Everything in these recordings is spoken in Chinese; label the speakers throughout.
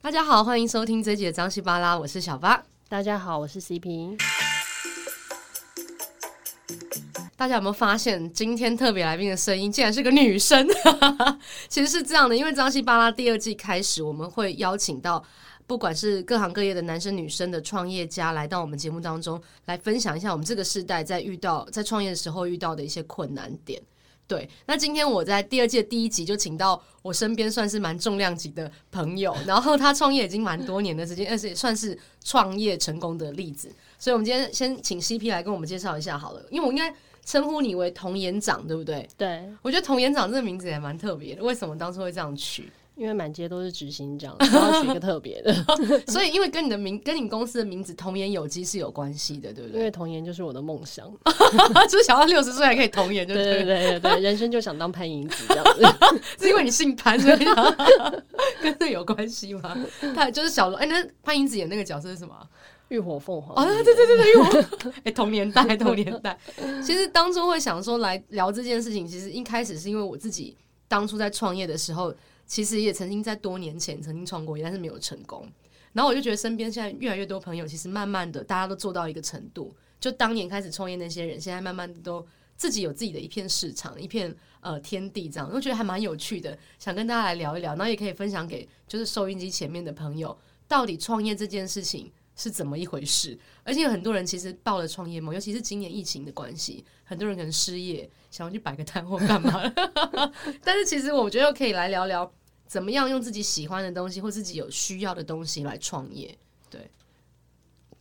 Speaker 1: 大家好，欢迎收听这一集的张西巴拉，我是小巴。
Speaker 2: 大家好，我是 CP。
Speaker 1: 大家有没有发现，今天特别来宾的声音竟然是个女生？ 其实是这样的，因为《张西巴拉》第二季开始，我们会邀请到不管是各行各业的男生女生的创业家来到我们节目当中，来分享一下我们这个时代在遇到在创业的时候遇到的一些困难点。对，那今天我在第二季的第一集就请到我身边算是蛮重量级的朋友， 然后他创业已经蛮多年的时间，而且也算是创业成功的例子。所以，我们今天先请 CP 来跟我们介绍一下好了，因为我应该称呼你为童颜长，对不对？
Speaker 2: 对，
Speaker 1: 我觉得童颜长这个名字也蛮特别的，为什么当初会这样取？
Speaker 2: 因为满街都是执行长，然后取一个特别的，
Speaker 1: 所以因为跟你的名、跟你公司的名字童颜有机是有关系的， 对不
Speaker 2: 因
Speaker 1: 对？
Speaker 2: 为童颜就是我的梦想。
Speaker 1: 就是想到六十岁还可以童颜，就
Speaker 2: 对
Speaker 1: 对
Speaker 2: 对
Speaker 1: 了，
Speaker 2: 对对对，人生就想当潘迎紫这样 子。
Speaker 1: 是因为你姓潘，所以 跟这有关系吗？他就是小罗，哎、那潘迎紫演那个角色是什么啊？
Speaker 2: 浴火凤凰
Speaker 1: 哦，对对对对，因为我 哎、同年代，同年代。其实当初会想说来聊这件事情，其实一开始是因为我自己当初在创业的时候，其实也曾经在多年前曾经创过业，但是没有成功。然后我就觉得身边现在越来越多朋友，其实慢慢的大家都做到一个程度，就当年开始创业那些人，现在慢慢的都自己有自己的一片市场，一片呃天地这样，我觉得还蛮有趣的，想跟大家来聊一聊，然后也可以分享给就是收音机前面的朋友，到底创业这件事情是怎么一回事？而且有很多人其实报了创业梦，尤其是今年疫情的关系，很多人可能失业，想要去摆个摊或干嘛。 但是其实我觉得可以来聊聊，怎么样用自己喜欢的东西或自己有需要的东西来创业。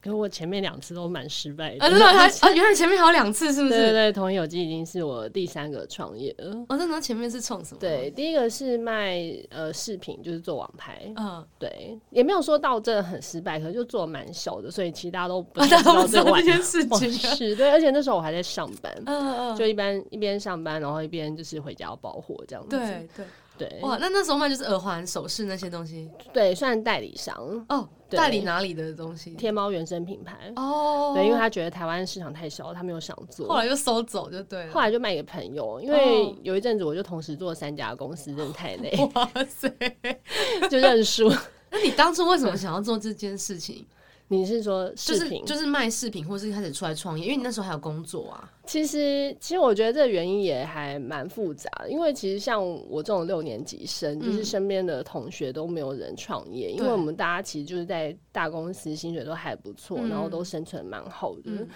Speaker 2: 可是我前面两次都蛮失败的。
Speaker 1: 啊，真的还啊，原来前面还有两次，是不
Speaker 2: 对
Speaker 1: 是？
Speaker 2: 哎对对，童颜有机已经是我第三个创业了。
Speaker 1: 哦，真的前面是冲什么？，
Speaker 2: 对，第一个是卖呃饰品，就是做网拍。
Speaker 1: 嗯，
Speaker 2: 对，也没有说到真的很失败，可是就做得蛮小的，所以其实大家都不
Speaker 1: 大
Speaker 2: 太
Speaker 1: 家
Speaker 2: 知
Speaker 1: 都
Speaker 2: 道
Speaker 1: 不知
Speaker 2: 这
Speaker 1: 道
Speaker 2: 个
Speaker 1: 这
Speaker 2: 玩
Speaker 1: 件事
Speaker 2: 哦
Speaker 1: 情啊。
Speaker 2: 是对，而且那时候我还在上班，
Speaker 1: 嗯嗯嗯，
Speaker 2: 就一般一边上班，然后一边就是回家要包货这样子。
Speaker 1: 对对，
Speaker 2: 对
Speaker 1: 哇，那那时候卖就是耳环、首饰那些东西
Speaker 2: 对，算代理商，
Speaker 1: 哦，
Speaker 2: 对
Speaker 1: 代理哪里的东西？
Speaker 2: 天猫原生品牌。
Speaker 1: 哦，
Speaker 2: 对，因为他觉得台湾市场太小，他没有想做。
Speaker 1: 后来就收走就对了
Speaker 2: 后。来就卖给朋友，因为
Speaker 1: 哦
Speaker 2: 有一阵子我就同时做三家公司，真的太累，
Speaker 1: 哇塞！哦
Speaker 2: 就认输。
Speaker 1: 那你当初为什么想要做这件事 情？
Speaker 2: 你是说
Speaker 1: 就
Speaker 2: 视
Speaker 1: 是
Speaker 2: 频？
Speaker 1: 就是卖饰品，或是开始出来创业？因为你那时候还有工作啊。
Speaker 2: 其实，其实我觉得这个原因也还蛮复杂的，因为其实像我这种六年级生，
Speaker 1: 嗯
Speaker 2: 就是身边的同学都没有人创业，因为我们大家其实就是在大公司，薪水都还不错，
Speaker 1: 嗯
Speaker 2: 然后都生存蛮好的，
Speaker 1: 嗯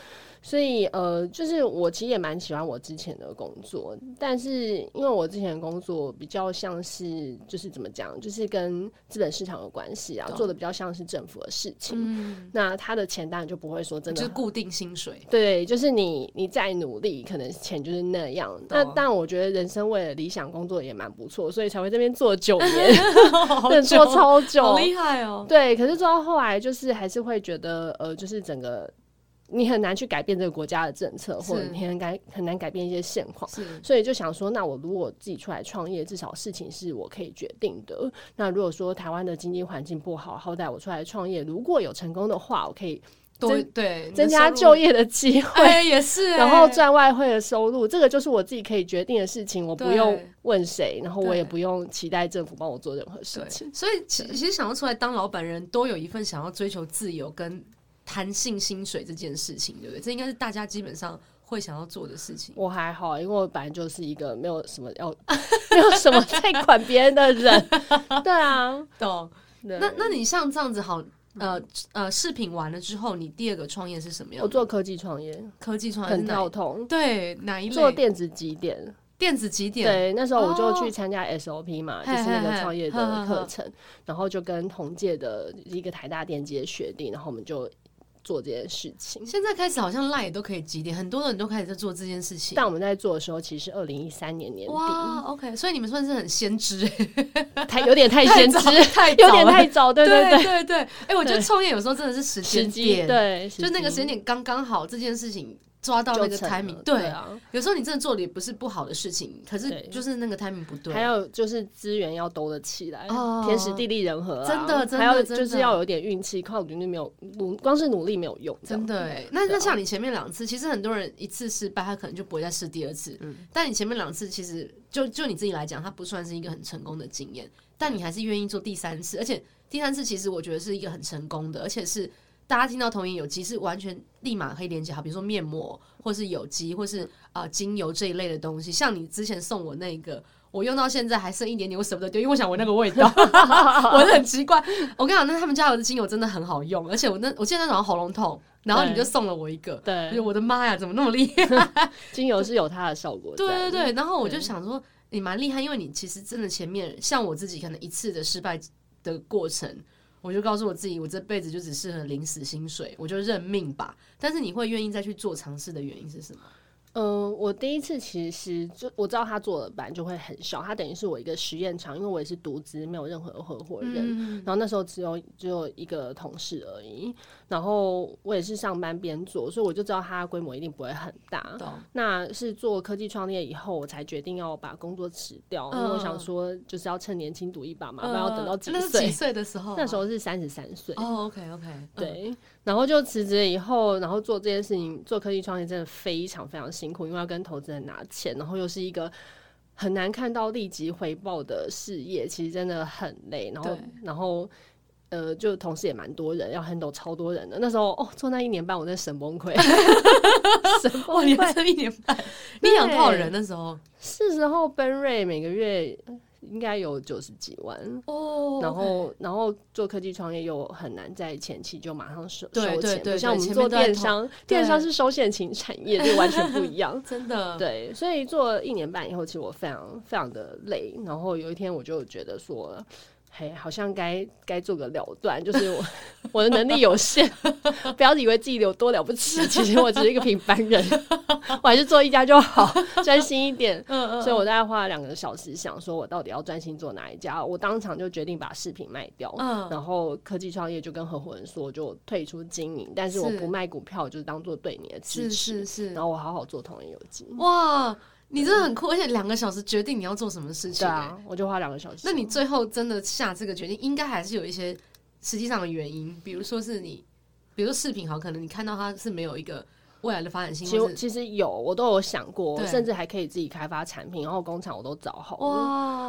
Speaker 2: 所以呃，就是我其实也蛮喜欢我之前的工作，但是因为我之前的工作比较像是就是怎么讲，就是跟资本市场有关系啊，
Speaker 1: 懂
Speaker 2: 做的比较像是政府的事情，
Speaker 1: 嗯，
Speaker 2: 那他的钱当然就不会说真
Speaker 1: 就
Speaker 2: 的
Speaker 1: 是固定薪 水。
Speaker 2: 对，就是你你再努力，可能钱就是那样。那但我觉得人生为了理想工作也蛮不错，所以才会这边做九 年，
Speaker 1: 那
Speaker 2: 能 做超久。
Speaker 1: 好厉害哦！
Speaker 2: 对，可是做到后来，就是还是会觉得，呃，就是整个你很难去改变这个国家的政策，或者
Speaker 1: 是
Speaker 2: 你很改很难改变一些现况。
Speaker 1: 是
Speaker 2: 所以就想说，那我如果自己出来创业，至少事情是我可以决定的。那如果说台湾的经济环境不好，好歹我出来创业，如果有成功的话，我可以
Speaker 1: 多
Speaker 2: 增
Speaker 1: 对
Speaker 2: 增加就，业的机
Speaker 1: 你的收
Speaker 2: 会。
Speaker 1: 入哎，也是哎。
Speaker 2: 然后赚外汇的收入，这个就是我自己可以决定的事情，我不
Speaker 1: 对
Speaker 2: 用问谁，然后我也
Speaker 1: 对
Speaker 2: 不用期待政府帮我做任何事
Speaker 1: 对
Speaker 2: 情。，
Speaker 1: 所以其其实想要出来当老板人都有一份想要追求自由跟弹性薪水这件事情，对不对？这应该是大家基本上会想要做的事情。
Speaker 2: 我还好，因为我本来就是一个没有什么要 没有什么在管别人 的人。对啊，
Speaker 1: 懂？
Speaker 2: 对
Speaker 1: 那那你像这样子好，呃呃，饰品完了之后，你第二个创业是什么样
Speaker 2: 我
Speaker 1: 的？
Speaker 2: 做科技创业
Speaker 1: 科技创业是
Speaker 2: 很
Speaker 1: 哪
Speaker 2: 跳
Speaker 1: 一？
Speaker 2: 痛，
Speaker 1: 对，哪一类？
Speaker 2: 做电子极点。
Speaker 1: 哦电子几点？
Speaker 2: 对，那时候我就
Speaker 1: 哦
Speaker 2: 去参加 SOP 嘛，
Speaker 1: 嘿
Speaker 2: 就是那
Speaker 1: 嘿
Speaker 2: 个
Speaker 1: 嘿
Speaker 2: 创业
Speaker 1: 呵呵
Speaker 2: 的课
Speaker 1: 呵
Speaker 2: 程，然后就跟同届的一个台大电机的学弟，然后我们就做这件事情。
Speaker 1: 现在开始好像赖也都可以几点，很多人都开始在做这件事情。
Speaker 2: 但我们在做的时候，其实二零一三年年
Speaker 1: 哇
Speaker 2: 底，
Speaker 1: ，OK，所以你们算是很先知，欸
Speaker 2: 太有点太先知，
Speaker 1: 太早太早
Speaker 2: 有点
Speaker 1: 了
Speaker 2: 太早，对
Speaker 1: 对
Speaker 2: 对，
Speaker 1: 对对。哎、我觉得创业有时候真的是时
Speaker 2: 时
Speaker 1: 间
Speaker 2: 机
Speaker 1: 点，，
Speaker 2: 对，
Speaker 1: 就那个时
Speaker 2: 时
Speaker 1: 间
Speaker 2: 机
Speaker 1: 点刚刚好，这件事情抓到那个
Speaker 2: 就成
Speaker 1: timing
Speaker 2: 了。
Speaker 1: 对，
Speaker 2: 啊，
Speaker 1: 有时候你真的做的也不是不好的事情，可是
Speaker 2: 对
Speaker 1: 就是那个 timing 不对。
Speaker 2: 还有就是资源要兜得起来
Speaker 1: 哦，
Speaker 2: 天时地利人和啊，
Speaker 1: 真的真的
Speaker 2: 还有
Speaker 1: 真
Speaker 2: 就是
Speaker 1: 的
Speaker 2: 要有点运气，靠努力没有努，光是努力没有用，这样啊
Speaker 1: 真的哎，那那像你前面两次，其实很多人一次失败，他可能就不会再试第二次。
Speaker 2: 嗯
Speaker 1: 但你前面两次，其实就就你自己来讲，它不算是一个很成功的经验，但你还是愿意做第三次，而且第三次其实我觉得是一个很成功的，而且是大家听到童颜有机是完全立马可以连接好，比如说面膜，或是有机，或是啊、呃精油这一类的东西。像你之前送我那个，我用到现在还剩一点点，我舍不得丢，因为我想闻那个味道，闻的很奇怪。我跟你讲，那他们家有的精油真的很好用，而且我那我记得那种喉咙痛，然后你就送了我一个，我
Speaker 2: 对
Speaker 1: 就，我的妈呀，怎么那么厉害？
Speaker 2: 精油是有它的效果在
Speaker 1: 对对
Speaker 2: 的。
Speaker 1: 对，然后我就
Speaker 2: 对
Speaker 1: 想说你蛮厉害，因为你其实真的前面像我自己可能一次的失败的过程，我就告诉我自己，我这辈子就只适合领死薪水，我就认命吧。但是你会愿意再去做尝试的原因是什么？
Speaker 2: 嗯，我第一次其实就我知道他做的版就会很小，它等于是我一个实验场，因为我也是独资，没有任何合伙人。
Speaker 1: 嗯，
Speaker 2: 然后那时候只有只有一个同事而已，然后我也是上班边做，所以我就知道它规模一定不会很大。
Speaker 1: 懂，
Speaker 2: 那是做科技创业以后，我才决定要把工作辞掉，因为我想
Speaker 1: 嗯
Speaker 2: 说就是要趁年轻赌一把嘛，不要等到
Speaker 1: 呃
Speaker 2: 几
Speaker 1: 那是
Speaker 2: 岁
Speaker 1: 几。 岁的时候啊？
Speaker 2: 那时候是三十三岁，
Speaker 1: 哦，OK OK，，
Speaker 2: 对，然后就辞职了以后，然后做这件事情，做科技创业真的非常非常辛苦，因为要跟投资人拿钱，然后又是一个很难看到立即回报的事业，其实真的很累。然后
Speaker 1: 对，
Speaker 2: 然后。呃，就同事也蛮多人，要 handle 超多人的。那时候哦，做那一年半，我真的神崩 溃，神
Speaker 1: 哇，
Speaker 2: 崩
Speaker 1: 你
Speaker 2: 溃。
Speaker 1: 这一年 半，你养多少人那时候？
Speaker 2: 是时候 Ben Ray 每个月应该有九十几万，
Speaker 1: 哦
Speaker 2: 然后，然后做科技创业又很难在前期就马上收收
Speaker 1: 对
Speaker 2: 钱，
Speaker 1: 对对
Speaker 2: 不像我
Speaker 1: 对
Speaker 2: 们
Speaker 1: 前
Speaker 2: 做
Speaker 1: 面都在
Speaker 2: 电
Speaker 1: 投
Speaker 2: 商，
Speaker 1: 对。
Speaker 2: 电商是收现型产业，就完全不一样
Speaker 1: 真的，
Speaker 2: 对，所以做一年半以后，其实我非常非常的累。然后有一天我就觉得说，嘿，好像该该做个了断，就是 我我的能力有限，不要以为自己有多了不起，其实我只是一个平凡 人，我还是做一家就好，专心一点。
Speaker 1: 嗯嗯，
Speaker 2: 所以我大概花了两个小时想说，我到底要专心做哪一家。我当场就决定把饰品卖掉，
Speaker 1: 嗯
Speaker 2: 然后科技创业就跟合伙人说，我就退出经营，但是我
Speaker 1: 是
Speaker 2: 不卖股票，就是当做对你的支
Speaker 1: 是是
Speaker 2: 持。
Speaker 1: 是
Speaker 2: 然，后我好好做同人游记。
Speaker 1: 哇，你真的很酷，而且两个小时决定你要做什么事
Speaker 2: 对
Speaker 1: 情、欸
Speaker 2: 啊，我就花两个小时。
Speaker 1: 那你最后真的下这个决定，应该还是有一些实际上的原因，比如说是你，比如说饰品好，可能你看到它是没有一个未来的发展性，
Speaker 2: 其
Speaker 1: 或
Speaker 2: 实
Speaker 1: 是
Speaker 2: 其实有，我都有想过，
Speaker 1: 对
Speaker 2: 甚至还可以自己开发产品，然后工厂我都找好了。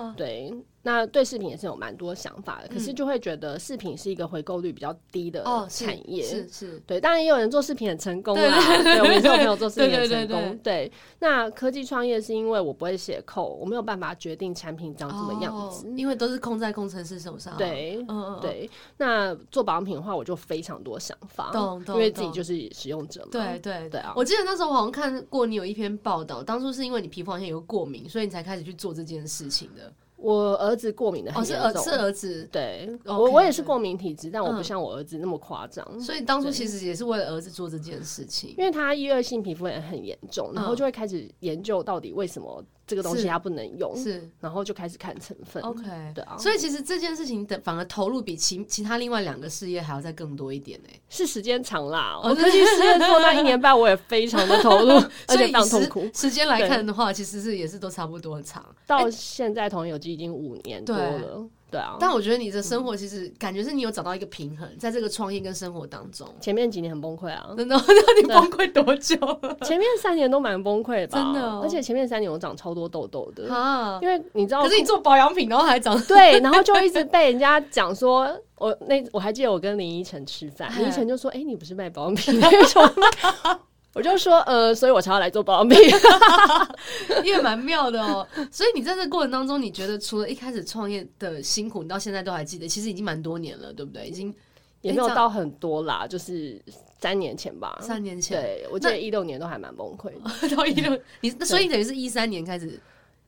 Speaker 1: 哇，
Speaker 2: 对，那对饰品也是有蛮多想法的，可是
Speaker 1: 嗯
Speaker 2: 就会觉得饰品是一个回购率比较低的
Speaker 1: 哦，是
Speaker 2: 呃产业，
Speaker 1: 是是，
Speaker 2: 对，当然也有人做视频很成功
Speaker 1: 对
Speaker 2: 啦，对我们也是有朋友做视频
Speaker 1: 对对
Speaker 2: 很成
Speaker 1: 对
Speaker 2: 功。对，那科技创业是因为我不会写扣，我没有办法决定产品长怎么样子。
Speaker 1: 哦因为都是控在工程师手上、，
Speaker 2: 对
Speaker 1: 嗯。嗯，嗯
Speaker 2: 对，那做保养品的话，我就非常多想法，
Speaker 1: 懂懂
Speaker 2: 因为自己
Speaker 1: 懂
Speaker 2: 就是使用者嘛。
Speaker 1: 对对
Speaker 2: 对啊
Speaker 1: 我记得那时候我好像看过你有一篇报道，当初是因为你皮肤好像有过敏，所以你才开始去做这件事情的。
Speaker 2: 我儿子过敏的
Speaker 1: 哦，
Speaker 2: 很
Speaker 1: 是
Speaker 2: 严
Speaker 1: 儿
Speaker 2: 重，
Speaker 1: 是儿子，
Speaker 2: 对
Speaker 1: OK，
Speaker 2: 我我也是
Speaker 1: 对
Speaker 2: 过敏体质，但我不
Speaker 1: 嗯
Speaker 2: 像我儿子那么夸张。
Speaker 1: 所以当初
Speaker 2: 嗯对
Speaker 1: 其实也是为了儿子做这件事情。
Speaker 2: 因为他一二性皮肤也很严重，然后
Speaker 1: 嗯
Speaker 2: 就会开始研究到底为什么这个东西
Speaker 1: 是
Speaker 2: 它不能用，
Speaker 1: 是
Speaker 2: 然后就开始看成分。
Speaker 1: OK，
Speaker 2: 对啊，
Speaker 1: 所以其实这件事情的反而投入比其其他另外两个事业还要再更多一点欸呢、
Speaker 2: 是时间长啦，
Speaker 1: 哦
Speaker 2: 我科技事业做那一年半，我也非常的 投入，
Speaker 1: 所
Speaker 2: 而且
Speaker 1: 以哎
Speaker 2: 非
Speaker 1: 以
Speaker 2: 常
Speaker 1: 时
Speaker 2: 痛苦。
Speaker 1: 时间来看的话，其实是也是都差不多很长。
Speaker 2: 到现在，同友机已经五年多了，对啊。
Speaker 1: 但我觉得你的生活其实感觉是你有找到一个平衡，在这个创业跟生活当中。
Speaker 2: 前面几年很崩溃 啊，
Speaker 1: 真的，那你崩溃多久了？
Speaker 2: 前面三年都蛮崩溃的吧，
Speaker 1: 真的哦
Speaker 2: 而且前面三年我长超多痘痘 的，
Speaker 1: 啊！
Speaker 2: 因为你知道，
Speaker 1: 可是你做保养品，然后还长
Speaker 2: 对，然后就一直被人家讲说，我那我还记得我跟林依晨吃饭，
Speaker 1: 嗨
Speaker 2: 林依晨就说：“哎、你不是卖保养品 的，为什么卖？”我就说：“呃，所以我才要来做保养品。”
Speaker 1: 也蛮妙的哦。所以你在这过程当中，你觉得除了一开始创业的辛苦，你到现在都还记得，其实已经蛮多年了，对不对？已经
Speaker 2: 也没有到很多啦，就是三年前吧。
Speaker 1: 三年前，嗯
Speaker 2: 对，我记得一六年都还蛮崩溃的。
Speaker 1: 到一
Speaker 2: 嗯
Speaker 1: 六，你那所以等于是一三年开始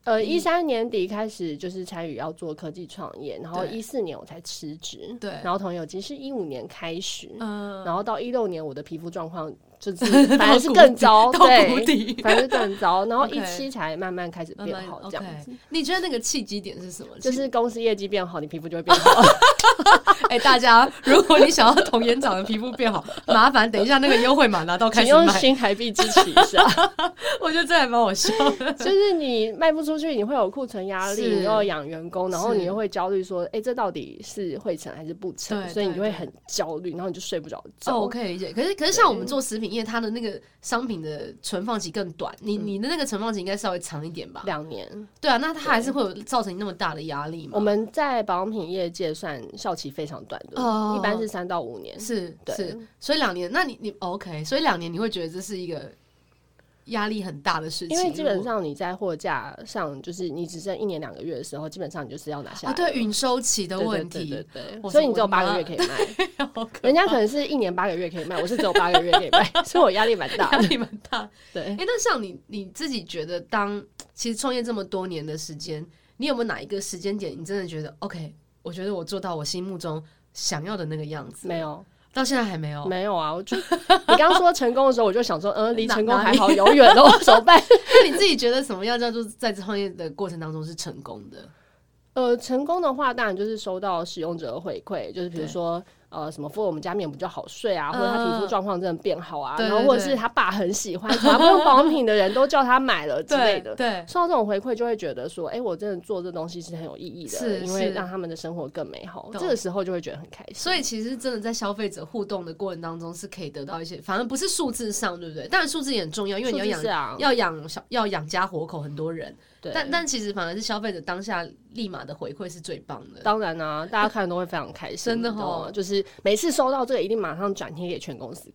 Speaker 2: 呃，一三年底开始就是参与要做科技创业，然后
Speaker 1: 对
Speaker 2: 一四年我才辞职，
Speaker 1: 对
Speaker 2: 然后同友机是一五年开始，
Speaker 1: 嗯，
Speaker 2: 然后到一六年我的皮肤状况就是 反而是更糟，
Speaker 1: 到谷
Speaker 2: 哦 对，
Speaker 1: 底。
Speaker 2: 反而是更糟，然后
Speaker 1: OK
Speaker 2: 一七才慢慢开始
Speaker 1: 慢
Speaker 2: 变
Speaker 1: 慢
Speaker 2: 好，这
Speaker 1: OK，
Speaker 2: 样子。
Speaker 1: 你觉得那个契机点是什么？
Speaker 2: 就
Speaker 1: 其实哦
Speaker 2: 是公司业绩变好，你皮肤就会变好。
Speaker 1: 哎、大家， 如果你想要童颜长的皮肤变好，麻烦等一下那个优惠码拿到开
Speaker 2: 请
Speaker 1: 始
Speaker 2: 用
Speaker 1: 卖。
Speaker 2: 新台币支持一 下。
Speaker 1: 我觉得这还蛮好 笑的。
Speaker 2: 就是你卖不出去，你会有库存压力，
Speaker 1: 是
Speaker 2: 你又要养员工，然后
Speaker 1: 是
Speaker 2: 你又会焦虑说，哎、这到底是会成还是不成？
Speaker 1: 对
Speaker 2: 所以你就
Speaker 1: 对
Speaker 2: 会
Speaker 1: 对哦
Speaker 2: 很焦虑，然后你就睡不着觉。
Speaker 1: 哦，我可以理解。可是，可是像我们做食品，品业它的那个商品的存放期更短，
Speaker 2: 嗯
Speaker 1: 你你的那个存放期应该稍微长一点吧？
Speaker 2: 两年。
Speaker 1: 对啊，那它还是会有造成你那么大的压力嘛？
Speaker 2: 我们在保养品业界算效期非常短的，
Speaker 1: 哦
Speaker 2: 一般是三到五年。
Speaker 1: 是
Speaker 2: 对
Speaker 1: 是，所以两年，那你你哦 OK，所以两年你会觉得这是一个压力很大的事情，
Speaker 2: 因为基
Speaker 1: 如
Speaker 2: 本
Speaker 1: 果
Speaker 2: 上你在货架上，就是你只剩一年两个月的时候，基本上你就是要拿下
Speaker 1: 啊，
Speaker 2: 来。
Speaker 1: 对允收期的
Speaker 2: 对对
Speaker 1: 问
Speaker 2: 对
Speaker 1: 题，
Speaker 2: 对对
Speaker 1: 我
Speaker 2: 所以
Speaker 1: 的
Speaker 2: 你只有
Speaker 1: 妈
Speaker 2: 八个月可以 卖，
Speaker 1: 好可
Speaker 2: 人家可能是一年八个月可以卖，我是只有八个月可以卖， 所以我压力蛮大
Speaker 1: 压
Speaker 2: 的。
Speaker 1: 力蛮大。
Speaker 2: 对
Speaker 1: 哎、，那像你你自己觉得当，其实创业这么多年的时间，你有没有哪一个时间点，你真的觉得 OK？我觉得我做到我心目中想要的那个样子，
Speaker 2: 没有
Speaker 1: 到现在还没有。
Speaker 2: 没有啊，我就你刚说成功的时候，我就想说，嗯，离
Speaker 1: 哪
Speaker 2: 成功
Speaker 1: 哪
Speaker 2: 还
Speaker 1: 里
Speaker 2: 好遥远哦，怎么办？
Speaker 1: 那你自己觉得什么样叫做在创业的过程当中是成功的？
Speaker 2: 呃，成功的话，当然就是收到使用者的回馈，就是比如
Speaker 1: 对
Speaker 2: 说，呃，什么敷了我们家面膜就好睡啊，或者他皮肤
Speaker 1: 嗯
Speaker 2: 状况真的变好啊，
Speaker 1: 对
Speaker 2: 然后
Speaker 1: 对
Speaker 2: 或者
Speaker 1: 对
Speaker 2: 是他爸很喜欢，从来不用保养品的人都叫他买了之类的。
Speaker 1: 对，
Speaker 2: 收到这种回馈，就会觉得说，哎、我真的做这东西是很有意义的，
Speaker 1: 是
Speaker 2: 因为
Speaker 1: 是
Speaker 2: 让他们的生活更美好。
Speaker 1: 懂
Speaker 2: 这个时候就会觉得很开心。
Speaker 1: 所以其实真的在消费者互动的过程当中，是可以得到一些，反正不是数字上，对不对？当然数字也很重要，因为你要
Speaker 2: 数
Speaker 1: 养、
Speaker 2: 字是啊，
Speaker 1: 要养小要养家活口很多人，
Speaker 2: 对，
Speaker 1: 但但其实反而是消费者当下立马的回馈是最棒的。
Speaker 2: 当然啊，大家看都会非常开心，
Speaker 1: 真的
Speaker 2: 你知道吗
Speaker 1: 哦啊
Speaker 2: 就是每次收到这个，一定马上转贴给全公司。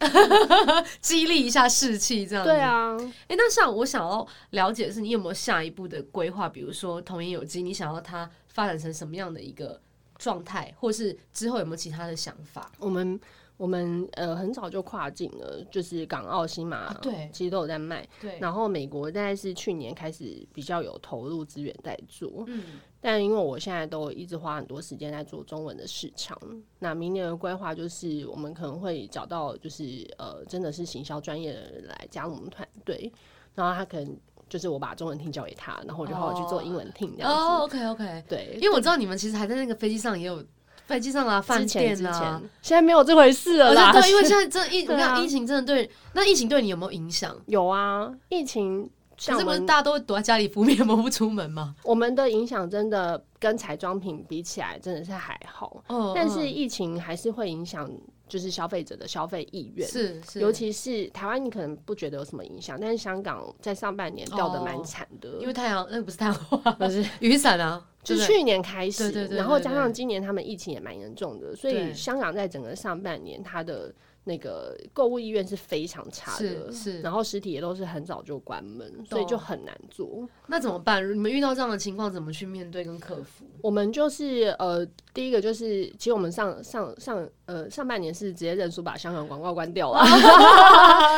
Speaker 1: 激励一下士气，这样子
Speaker 2: 对。啊，
Speaker 1: 哎、那像我想要了解的是，你有没有下一步的规划？比如说童颜有机，你想要它发展成什么样的一个状态，或是之后有没有其他的想法？
Speaker 2: 我们我们呃很早就跨境了，就是港澳新马、
Speaker 1: 啊对
Speaker 2: 其实都有在卖。
Speaker 1: 对，
Speaker 2: 然后美国大概是去年开始比较有投入资源在做，
Speaker 1: 嗯，
Speaker 2: 但因为我现在都一直花很多时间在做中文的市场，那明年的规划就是我们可能会找到就是呃真的是行销专业的人来加入我们团队，然后他可能就是我把中文听交给他，然后我就好好去做英文听这样子。
Speaker 1: 哦，OK OK，
Speaker 2: 对
Speaker 1: 因，为我知道你们其实还在那个飞机上也有飞机上啊，饭
Speaker 2: 之前
Speaker 1: 店
Speaker 2: 之前
Speaker 1: 啊。
Speaker 2: 现在没有这回事了
Speaker 1: 我
Speaker 2: 啦，
Speaker 1: 就对，因为现在真的疫，我
Speaker 2: 对
Speaker 1: 跟你
Speaker 2: 啊
Speaker 1: 讲疫情真的对，那疫情对你有没有影响？
Speaker 2: 有啊，疫情像
Speaker 1: 可
Speaker 2: 我
Speaker 1: 是不是
Speaker 2: 们
Speaker 1: 大家都会躲在家里敷面膜不出门吗？
Speaker 2: 我们的影响真的跟彩妆品比起来真的是还好，
Speaker 1: 哦，
Speaker 2: 但
Speaker 1: 嗯
Speaker 2: 是疫情还是会影响就是消费者的消费意愿。
Speaker 1: 是是，
Speaker 2: 尤其是台湾，你可能不觉得有什么影响，但是香港在上半年掉的蛮惨的，
Speaker 1: 哦因为太阳那个不是太阳花，
Speaker 2: 可是
Speaker 1: 雨伞啊，
Speaker 2: 就
Speaker 1: 对不
Speaker 2: 是
Speaker 1: 对
Speaker 2: 去年开始，
Speaker 1: 对对对对
Speaker 2: 然后加
Speaker 1: 对
Speaker 2: 上今年他们疫情也蛮严重的，所以
Speaker 1: 对
Speaker 2: 香港在整个上半年它的那个购物意愿是非常差的，
Speaker 1: 是是
Speaker 2: 然后实体也都是很早就关门，所以就很难做。
Speaker 1: 那怎么办？你们遇到这样的情况，怎么去面对跟克服？
Speaker 2: 我们就是呃，第一个就是，其实我们上上上呃上半年是直接认输，把香港广告关掉了，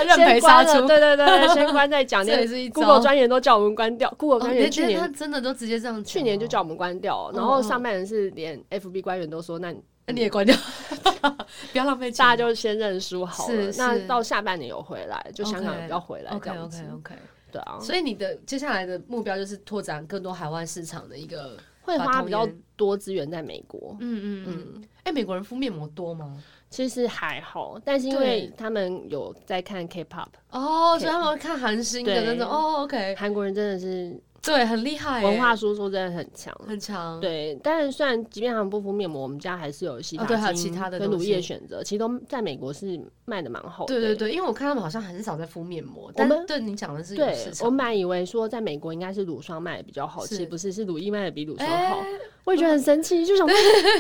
Speaker 1: 认
Speaker 2: 先
Speaker 1: 赔杀
Speaker 2: 关了，
Speaker 1: 出，
Speaker 2: 对对对，先关 再讲。
Speaker 1: 这也
Speaker 2: 连
Speaker 1: 是一招。
Speaker 2: Google 专员都叫我们关掉，Google
Speaker 1: 哦
Speaker 2: 专
Speaker 1: 连
Speaker 2: 员去
Speaker 1: 连他哦
Speaker 2: 年
Speaker 1: 真的都直接这样讲哦，
Speaker 2: 去年就叫我们关掉，然后上半年是连 FB 官员都说，那你
Speaker 1: 那你也关掉， 不要浪费钱。
Speaker 2: 大家就先认输好了
Speaker 1: 是。是
Speaker 2: 那到下半年有回来，就香港
Speaker 1: OK
Speaker 2: 要回来这
Speaker 1: OK
Speaker 2: 样子
Speaker 1: OK，OK，
Speaker 2: 对啊，
Speaker 1: 所以你的接下来的目标就是拓展更多海外市场的一个，
Speaker 2: 会
Speaker 1: 把
Speaker 2: 花
Speaker 1: 童
Speaker 2: 比较
Speaker 1: 颜
Speaker 2: 多资源在美国。
Speaker 1: 嗯嗯嗯。哎，美国人敷面膜多吗？
Speaker 2: 其实还好，但是因
Speaker 1: 对
Speaker 2: 为他们有在看 K-pop，
Speaker 1: 哦，所以他们看韩星的那
Speaker 2: 对
Speaker 1: 种。哦，OK，
Speaker 2: 韩国人真的是
Speaker 1: 对，很厉害欸，
Speaker 2: 文化输出真的很强。
Speaker 1: 很强。
Speaker 2: 对，但是虽然即便他们不敷面膜，我们家还是有洗发
Speaker 1: 哦对
Speaker 2: 精、
Speaker 1: 还有其他的
Speaker 2: 跟
Speaker 1: 东
Speaker 2: 乳液
Speaker 1: 西
Speaker 2: 选择，其实都在美国是卖的蛮好的。
Speaker 1: 对对对，因为我看他们好像很少在敷面膜，但
Speaker 2: 们
Speaker 1: 对你讲的是有
Speaker 2: 对
Speaker 1: 市，场
Speaker 2: 我本来以为说在美国应该是乳霜卖的比较好，其
Speaker 1: 是
Speaker 2: 实不是，是乳液卖的比乳霜
Speaker 1: 哎
Speaker 2: 好。我也觉得很神奇，就想 说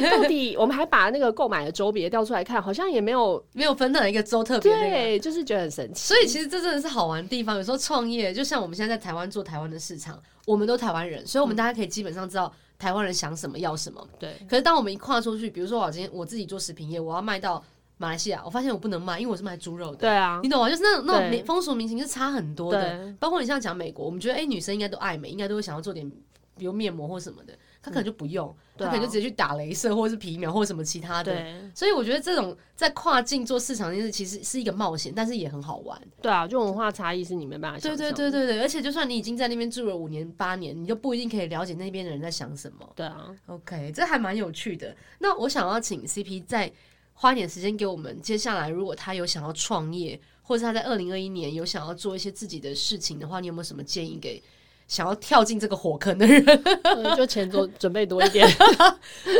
Speaker 2: 到底我们还把那个购买的周别调出来看，好像也没有
Speaker 1: 没有分到一个州特别那个。
Speaker 2: 对，就是觉得很神奇。
Speaker 1: 所以其实这真的是好玩的地方。有时候创业，就像我们现在在台湾做台湾的市场，我们都台湾人，所以
Speaker 2: 嗯
Speaker 1: 我们大家可以基本上知道台湾人想什么要什么。
Speaker 2: 对，
Speaker 1: 可是当我们一跨出去，比如说我今天我自己做食品业，我要卖到马来西亚，我发现我不能卖，因为我是卖猪肉的。
Speaker 2: 对啊，
Speaker 1: 你懂吗？就是那种那种
Speaker 2: 对
Speaker 1: 民风俗民情是差很多的。
Speaker 2: 对，啊
Speaker 1: 包括你像讲美国，我们觉得哎、女生应该都爱美，应该都会想要做点，比如面膜或什么的，她可能就不用，她
Speaker 2: 对啊
Speaker 1: 可能就直接去打镭射或者是皮秒或者什么其他的。
Speaker 2: 对。啊
Speaker 1: 所以我觉得这种在跨境做市场这件事，其实是一个冒险，但是也很好玩。
Speaker 2: 对啊，就文化差异是你没办法想
Speaker 1: 对
Speaker 2: 象
Speaker 1: 对对
Speaker 2: 的。
Speaker 1: 对对，而且就算你已经在那边住了五年八年，你就不一定可以了解那边的人在想什么。
Speaker 2: 对啊，
Speaker 1: OK，这还蛮有趣的。那我想要请 CP 再花点时间给我们，接下来如果他有想要创业，或者他在二零二一年有想要做一些自己的事情的话，你有没有什么建议给想要跳进这个火坑的 人？
Speaker 2: 呃就钱多准备多一点，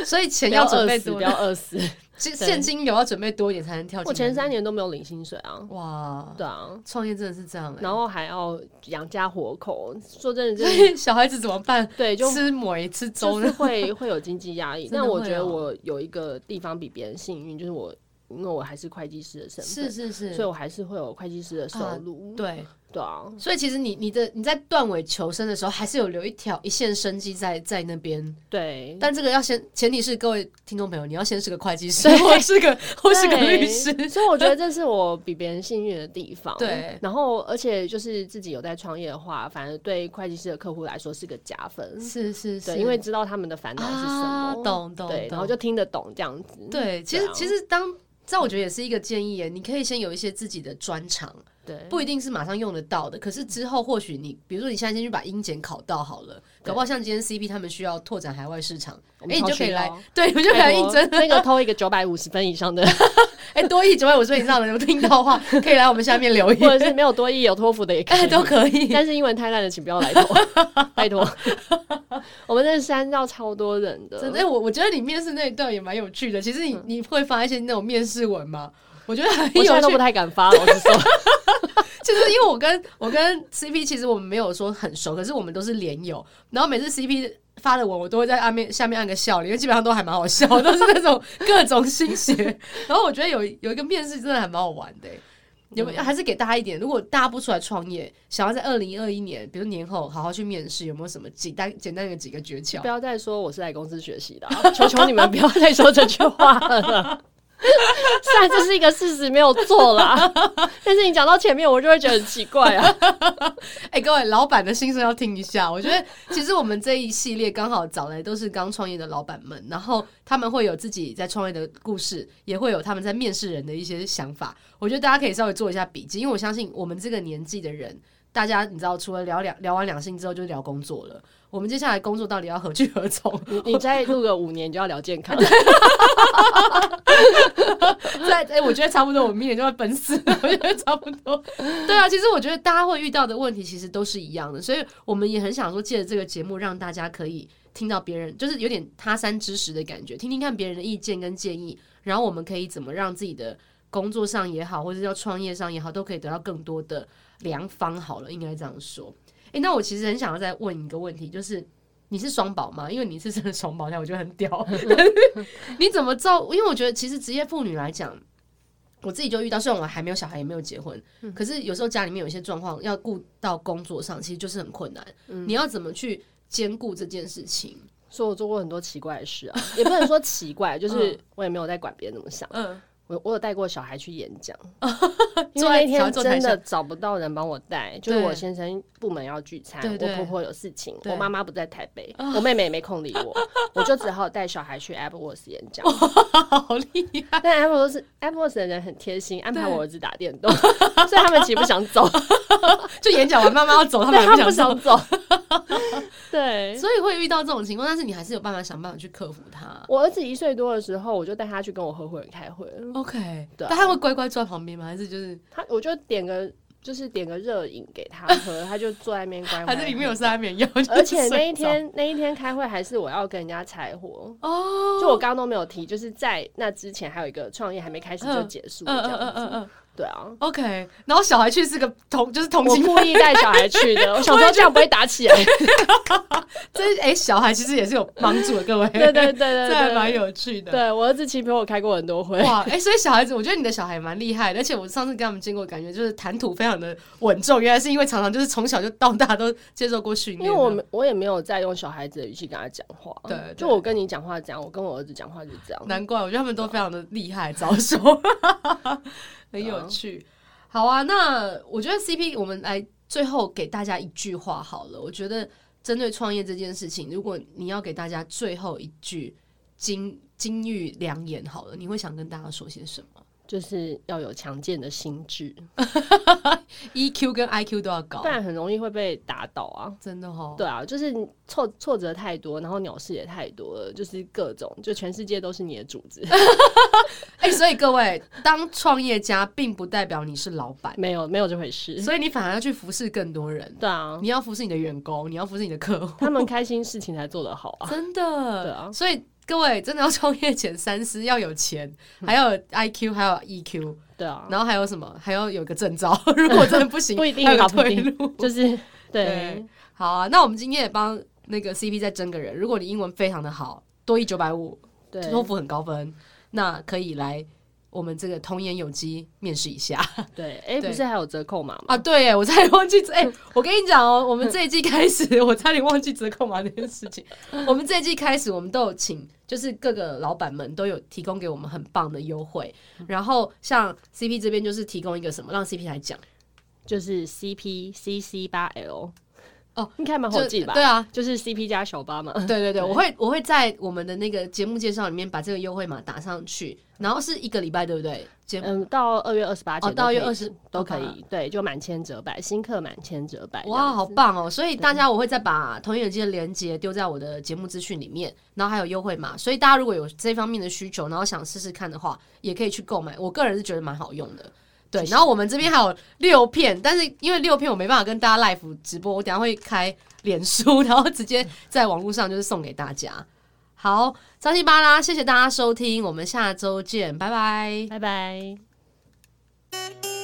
Speaker 1: 所以钱
Speaker 2: 不要
Speaker 1: 准
Speaker 2: 饿
Speaker 1: 备
Speaker 2: 死，
Speaker 1: 多
Speaker 2: 不要饿死。
Speaker 1: 现现金流要准备多一点才能跳进来。
Speaker 2: 我前三年都没有领薪水啊，
Speaker 1: 哇，
Speaker 2: 对啊，
Speaker 1: 创业真的是这样欸。
Speaker 2: 然后还要养家活口，说真的，
Speaker 1: 所
Speaker 2: 就是
Speaker 1: 以 小孩子怎么办？
Speaker 2: 对，就
Speaker 1: 吃馍吃粥
Speaker 2: 就是
Speaker 1: 呢？
Speaker 2: 会会有经济压力。
Speaker 1: 真的
Speaker 2: 但我
Speaker 1: 会
Speaker 2: 觉得
Speaker 1: 哦
Speaker 2: 我有一个地方比别人幸运，就是我因为我还是会计师的身
Speaker 1: 是
Speaker 2: 份，
Speaker 1: 是是，
Speaker 2: 所以我还是会有会计师的收
Speaker 1: 啊
Speaker 2: 入。
Speaker 1: 对，
Speaker 2: 对啊，
Speaker 1: 所以其实你你的你在断尾求生的时候，还是有留一条一线生机在在那边。
Speaker 2: 对，
Speaker 1: 但这个要先，前提是各位听众朋友，你要先是个会计师，或是 个或是个律师。
Speaker 2: 所以我觉得这是我比别人幸运的地方。
Speaker 1: 对
Speaker 2: 然后而且就是自己有在创业的话，反而对会计师的客户来说是个加分。
Speaker 1: 是是
Speaker 2: 对，因为知道他们的烦恼是什
Speaker 1: 啊，
Speaker 2: 么，
Speaker 1: 懂懂
Speaker 2: 对，然
Speaker 1: 懂
Speaker 2: 后就听得懂这样子。
Speaker 1: 对。其实
Speaker 2: 啊
Speaker 1: 其实当这我觉得也是一个建议耶，你可以先有一些自己的专长，
Speaker 2: 对，
Speaker 1: 不一定是马上用得到的，可是之后或许你，比如说你现在先去把英检考到好了，
Speaker 2: 对
Speaker 1: 搞不好像今天 CP 他们需要拓展海外市场，
Speaker 2: 我
Speaker 1: 哎、
Speaker 2: 们
Speaker 1: 你
Speaker 2: 超
Speaker 1: 就可以
Speaker 2: 需
Speaker 1: 来
Speaker 2: 要，
Speaker 1: 对， 我就 可以来
Speaker 2: 拜
Speaker 1: 应
Speaker 2: 托
Speaker 1: 征。
Speaker 2: 哦那个偷一个九百五十分以 上的，
Speaker 1: 哎、多一九百五十分以上的有听到的话，可以来我们下面留言，
Speaker 2: 或者是没有多一有托福的也 可
Speaker 1: 哎、
Speaker 2: 以。
Speaker 1: 都可以。
Speaker 2: 但是英文太烂了，请 不要来托，拜托。我们这山绕超多人的，嗯
Speaker 1: 真的，哎我我觉得你面试那一段也蛮有趣的。其实你、你会发一些那种面试文 嘛？我觉得很
Speaker 2: 我现
Speaker 1: 有
Speaker 2: 在 都
Speaker 1: 趣
Speaker 2: 不，太敢发了。我是说，
Speaker 1: 就是因为我跟我跟 CP 其实我们没有说很熟，可是我们都是连友。然后每次 CP 发的文，我都会在按面下面按个笑脸，因为基本上都还蛮好笑，都是那种各种新 鞋。然后我觉得有有一个面试真的还蛮好玩的、有
Speaker 2: 嗯
Speaker 1: 没有还是给大家一点？如果大家不出来创业，想要在二零二一年，比如年后好好去面试，有没有什么简单简单的几个诀窍
Speaker 2: 不？要再说我是来公司学习的 啊、求求你们不要再说这句话了。虽然这是一个事实，没有错啦，但是你讲到前面，我就会觉得很奇怪啊。
Speaker 1: 哎、各位老板的心声要听一下。我觉得其实我们这一系列刚好找来都是刚创业的老板们，然后他们会有自己在创业的故事，也会有他们在面试人的一些想法。我觉得大家可以稍微做一下笔记，因为我相信我们这个年纪的人，大家你知道，除了聊两聊完两性之后，就聊工作了。我们接下来工作到底要何去何从？
Speaker 2: 你你再录个五年，你就要聊健 康。
Speaker 1: 在哎、我觉得差不多，我明年就要奔四了，我觉得差不多。对啊，其实我觉得大家会遇到的问题其实都是一样的，所以我们也很想说，借着这个节目，让大家可以听到别人，就是有点他山之石的感觉，听听看别人的意见跟建议，然后我们可以怎么让自己的工作上也好，或者是要创业上也好，都可以得到更多的良方。好了，应该这样说。哎、那我其实很想要再问一个问题，就是你是双宝吗？因为你是真的双胞胎，我觉得很屌。 你怎么照？因为我觉得其实职业妇女来讲，我自己就遇到，虽然我还没有小孩，也没有结婚，可是有时候家里面有一些状况要顾到工作上，其实就是很困难。你要怎么去兼顾这件事情？
Speaker 2: 所以我做过很多奇怪的事 啊，也不能说奇怪，就是我也没有在管别人怎么想。
Speaker 1: 嗯，
Speaker 2: 我我有带过小孩去演 讲，因
Speaker 1: 坐在小孩
Speaker 2: 为那天
Speaker 1: 坐台
Speaker 2: 真的
Speaker 1: 上
Speaker 2: 找不到人帮我带，就是
Speaker 1: 对
Speaker 2: 我先生部门要聚餐，
Speaker 1: 对对
Speaker 2: 我婆婆有事情，
Speaker 1: 对
Speaker 2: 我妈妈不在台北，我妹妹也没空理我， 我就只好带小孩去 AppWorks 演 讲。
Speaker 1: 好厉害！
Speaker 2: 但 AppWorks AppWorks 的人很贴心，安排我儿子打电动， 所以他们其实不想 走，
Speaker 1: 就演讲完，妈妈要哦走，他们
Speaker 2: 对
Speaker 1: 也
Speaker 2: 他
Speaker 1: 不
Speaker 2: 们不
Speaker 1: 想走，
Speaker 2: 想走， 对。
Speaker 1: 所以会遇到这种情况，但是你还是有办法想办法去克服它。
Speaker 2: 我儿子一岁多的时候，我就带他去跟我合伙人开会，
Speaker 1: OK，
Speaker 2: 对啊
Speaker 1: 但他会乖乖坐在旁边吗？还是就是
Speaker 2: 他我就点个就是点个热饮给他喝，他就坐在那边乖 乖。
Speaker 1: 还是里面有塞安眠药？就是
Speaker 2: 而且那一
Speaker 1: 睡着
Speaker 2: 天那一天开会还是我要跟人家柴火，
Speaker 1: 哦，
Speaker 2: 就我刚刚都没有提，就是在那之前还有一个创业还没开始就结束
Speaker 1: 嗯
Speaker 2: 了这
Speaker 1: 嗯
Speaker 2: 样
Speaker 1: 嗯
Speaker 2: 子，
Speaker 1: 嗯嗯
Speaker 2: 对啊。
Speaker 1: ，OK。然后小孩去是个同，就是同
Speaker 2: 我
Speaker 1: 情
Speaker 2: 故意带小孩去的， 我想说这样不会打起来。
Speaker 1: 这哎、小孩其实也是有帮助的，各位，
Speaker 2: 对对对 对
Speaker 1: 这还蛮
Speaker 2: 对，
Speaker 1: 有趣的。
Speaker 2: 对我儿子其实陪我开过很多 会，
Speaker 1: 哇，哎、所以小孩子，我觉得你的小孩蛮厉害的，而且我上次跟他们见过，感觉就是谈吐非常的稳重，原来是因为常常就是从小就到大都接受过训
Speaker 2: 因
Speaker 1: 练。啊
Speaker 2: 为我们我也没有再用小孩子的语气跟他讲话，
Speaker 1: 对对
Speaker 2: 就我跟你讲话这样，我跟我儿子讲话就这样。
Speaker 1: 难怪，我觉得他们都非常的厉害，早熟， 很有趣。好啊，那我觉得 CP，我们来最后给大家一句话好了。我觉得针对创业这件事情，如果你要给大家最后一句金金玉良言好了，你会想跟大家说些什么
Speaker 2: 就是要有强健的心智，
Speaker 1: ？EQ ？E 跟 IQ 都要高
Speaker 2: 不，然很容易会被打倒啊。
Speaker 1: 真的哦。
Speaker 2: 对啊，就是你挫挫折太多，然后鸟事也太多了，就是各种，就全世界都是你的主 子。
Speaker 1: 哎、所以各位，当创业家并不代表你是老板，
Speaker 2: 没有没有这回事。
Speaker 1: 所以你反而要去服侍更多人。
Speaker 2: 对啊，
Speaker 1: 你要服侍你的员工，你要服侍你的客户，
Speaker 2: 他们开心事情才做得好啊。
Speaker 1: 真的。
Speaker 2: 对啊
Speaker 1: 所以各位真的要创业前三思，要有钱，还要有 IQ，还有 EQ，
Speaker 2: 对嗯啊，
Speaker 1: 然后还有什么？还要有个证照。如果真的不行，
Speaker 2: 不一定
Speaker 1: 还有
Speaker 2: 啊
Speaker 1: 个
Speaker 2: 不一
Speaker 1: 退
Speaker 2: 定
Speaker 1: 路。
Speaker 2: 就是对
Speaker 1: 对，好啊，那我们今天也帮那个 CP 再争个人。如果你英文非常的好，多一九百五，
Speaker 2: 对，
Speaker 1: 托福很高分，那可以来我们这个童颜有机面试一下
Speaker 2: 对，哎，
Speaker 1: 对
Speaker 2: 不是还有折扣码吗？
Speaker 1: 啊！对耶，我差点忘记折，哎、
Speaker 2: 嗯
Speaker 1: 我跟你讲哦，我们这一季开始，我差点忘记折扣码这件事情。
Speaker 2: 嗯
Speaker 1: 我们这一季开始，我们都有请，就是各个老板们都有提供给我们很棒的优惠。
Speaker 2: 嗯
Speaker 1: 然后像 CP 这边就是提供一个什么，让 CP 来讲
Speaker 2: 就是 CP CC 八 L
Speaker 1: 哦，
Speaker 2: 应该蛮好
Speaker 1: 就
Speaker 2: 记吧？
Speaker 1: 对啊，
Speaker 2: 就是 CP 加小八嘛。
Speaker 1: 对对对，
Speaker 2: 对
Speaker 1: 我会我会在我们的那个节目介绍里面把这个优惠码打上去，然后是一个礼拜，对不对？节目
Speaker 2: 嗯，到二月二十八
Speaker 1: 哦，
Speaker 2: 前都
Speaker 1: 到
Speaker 2: 可以，
Speaker 1: 月二十哦
Speaker 2: 都可。以，对，就满千折百，新客满千折百。
Speaker 1: 哇，好棒哦！所以大家，我会再把同眼机的链接丢在我的节目资讯里面，然后还有优惠码，所以大家如果有这方面的需求，然后想试试看的话，也可以去购买。我个人是觉得蛮好用的，对。然后我们这边还有六片，但是因为六片我没办法跟大家 live 直播，我等一下会开脸书， 然后直接在网络上就是送给大家。好，扎西巴拉，谢谢大家收听，我们下周见，拜拜。
Speaker 2: 拜拜。
Speaker 3: Thank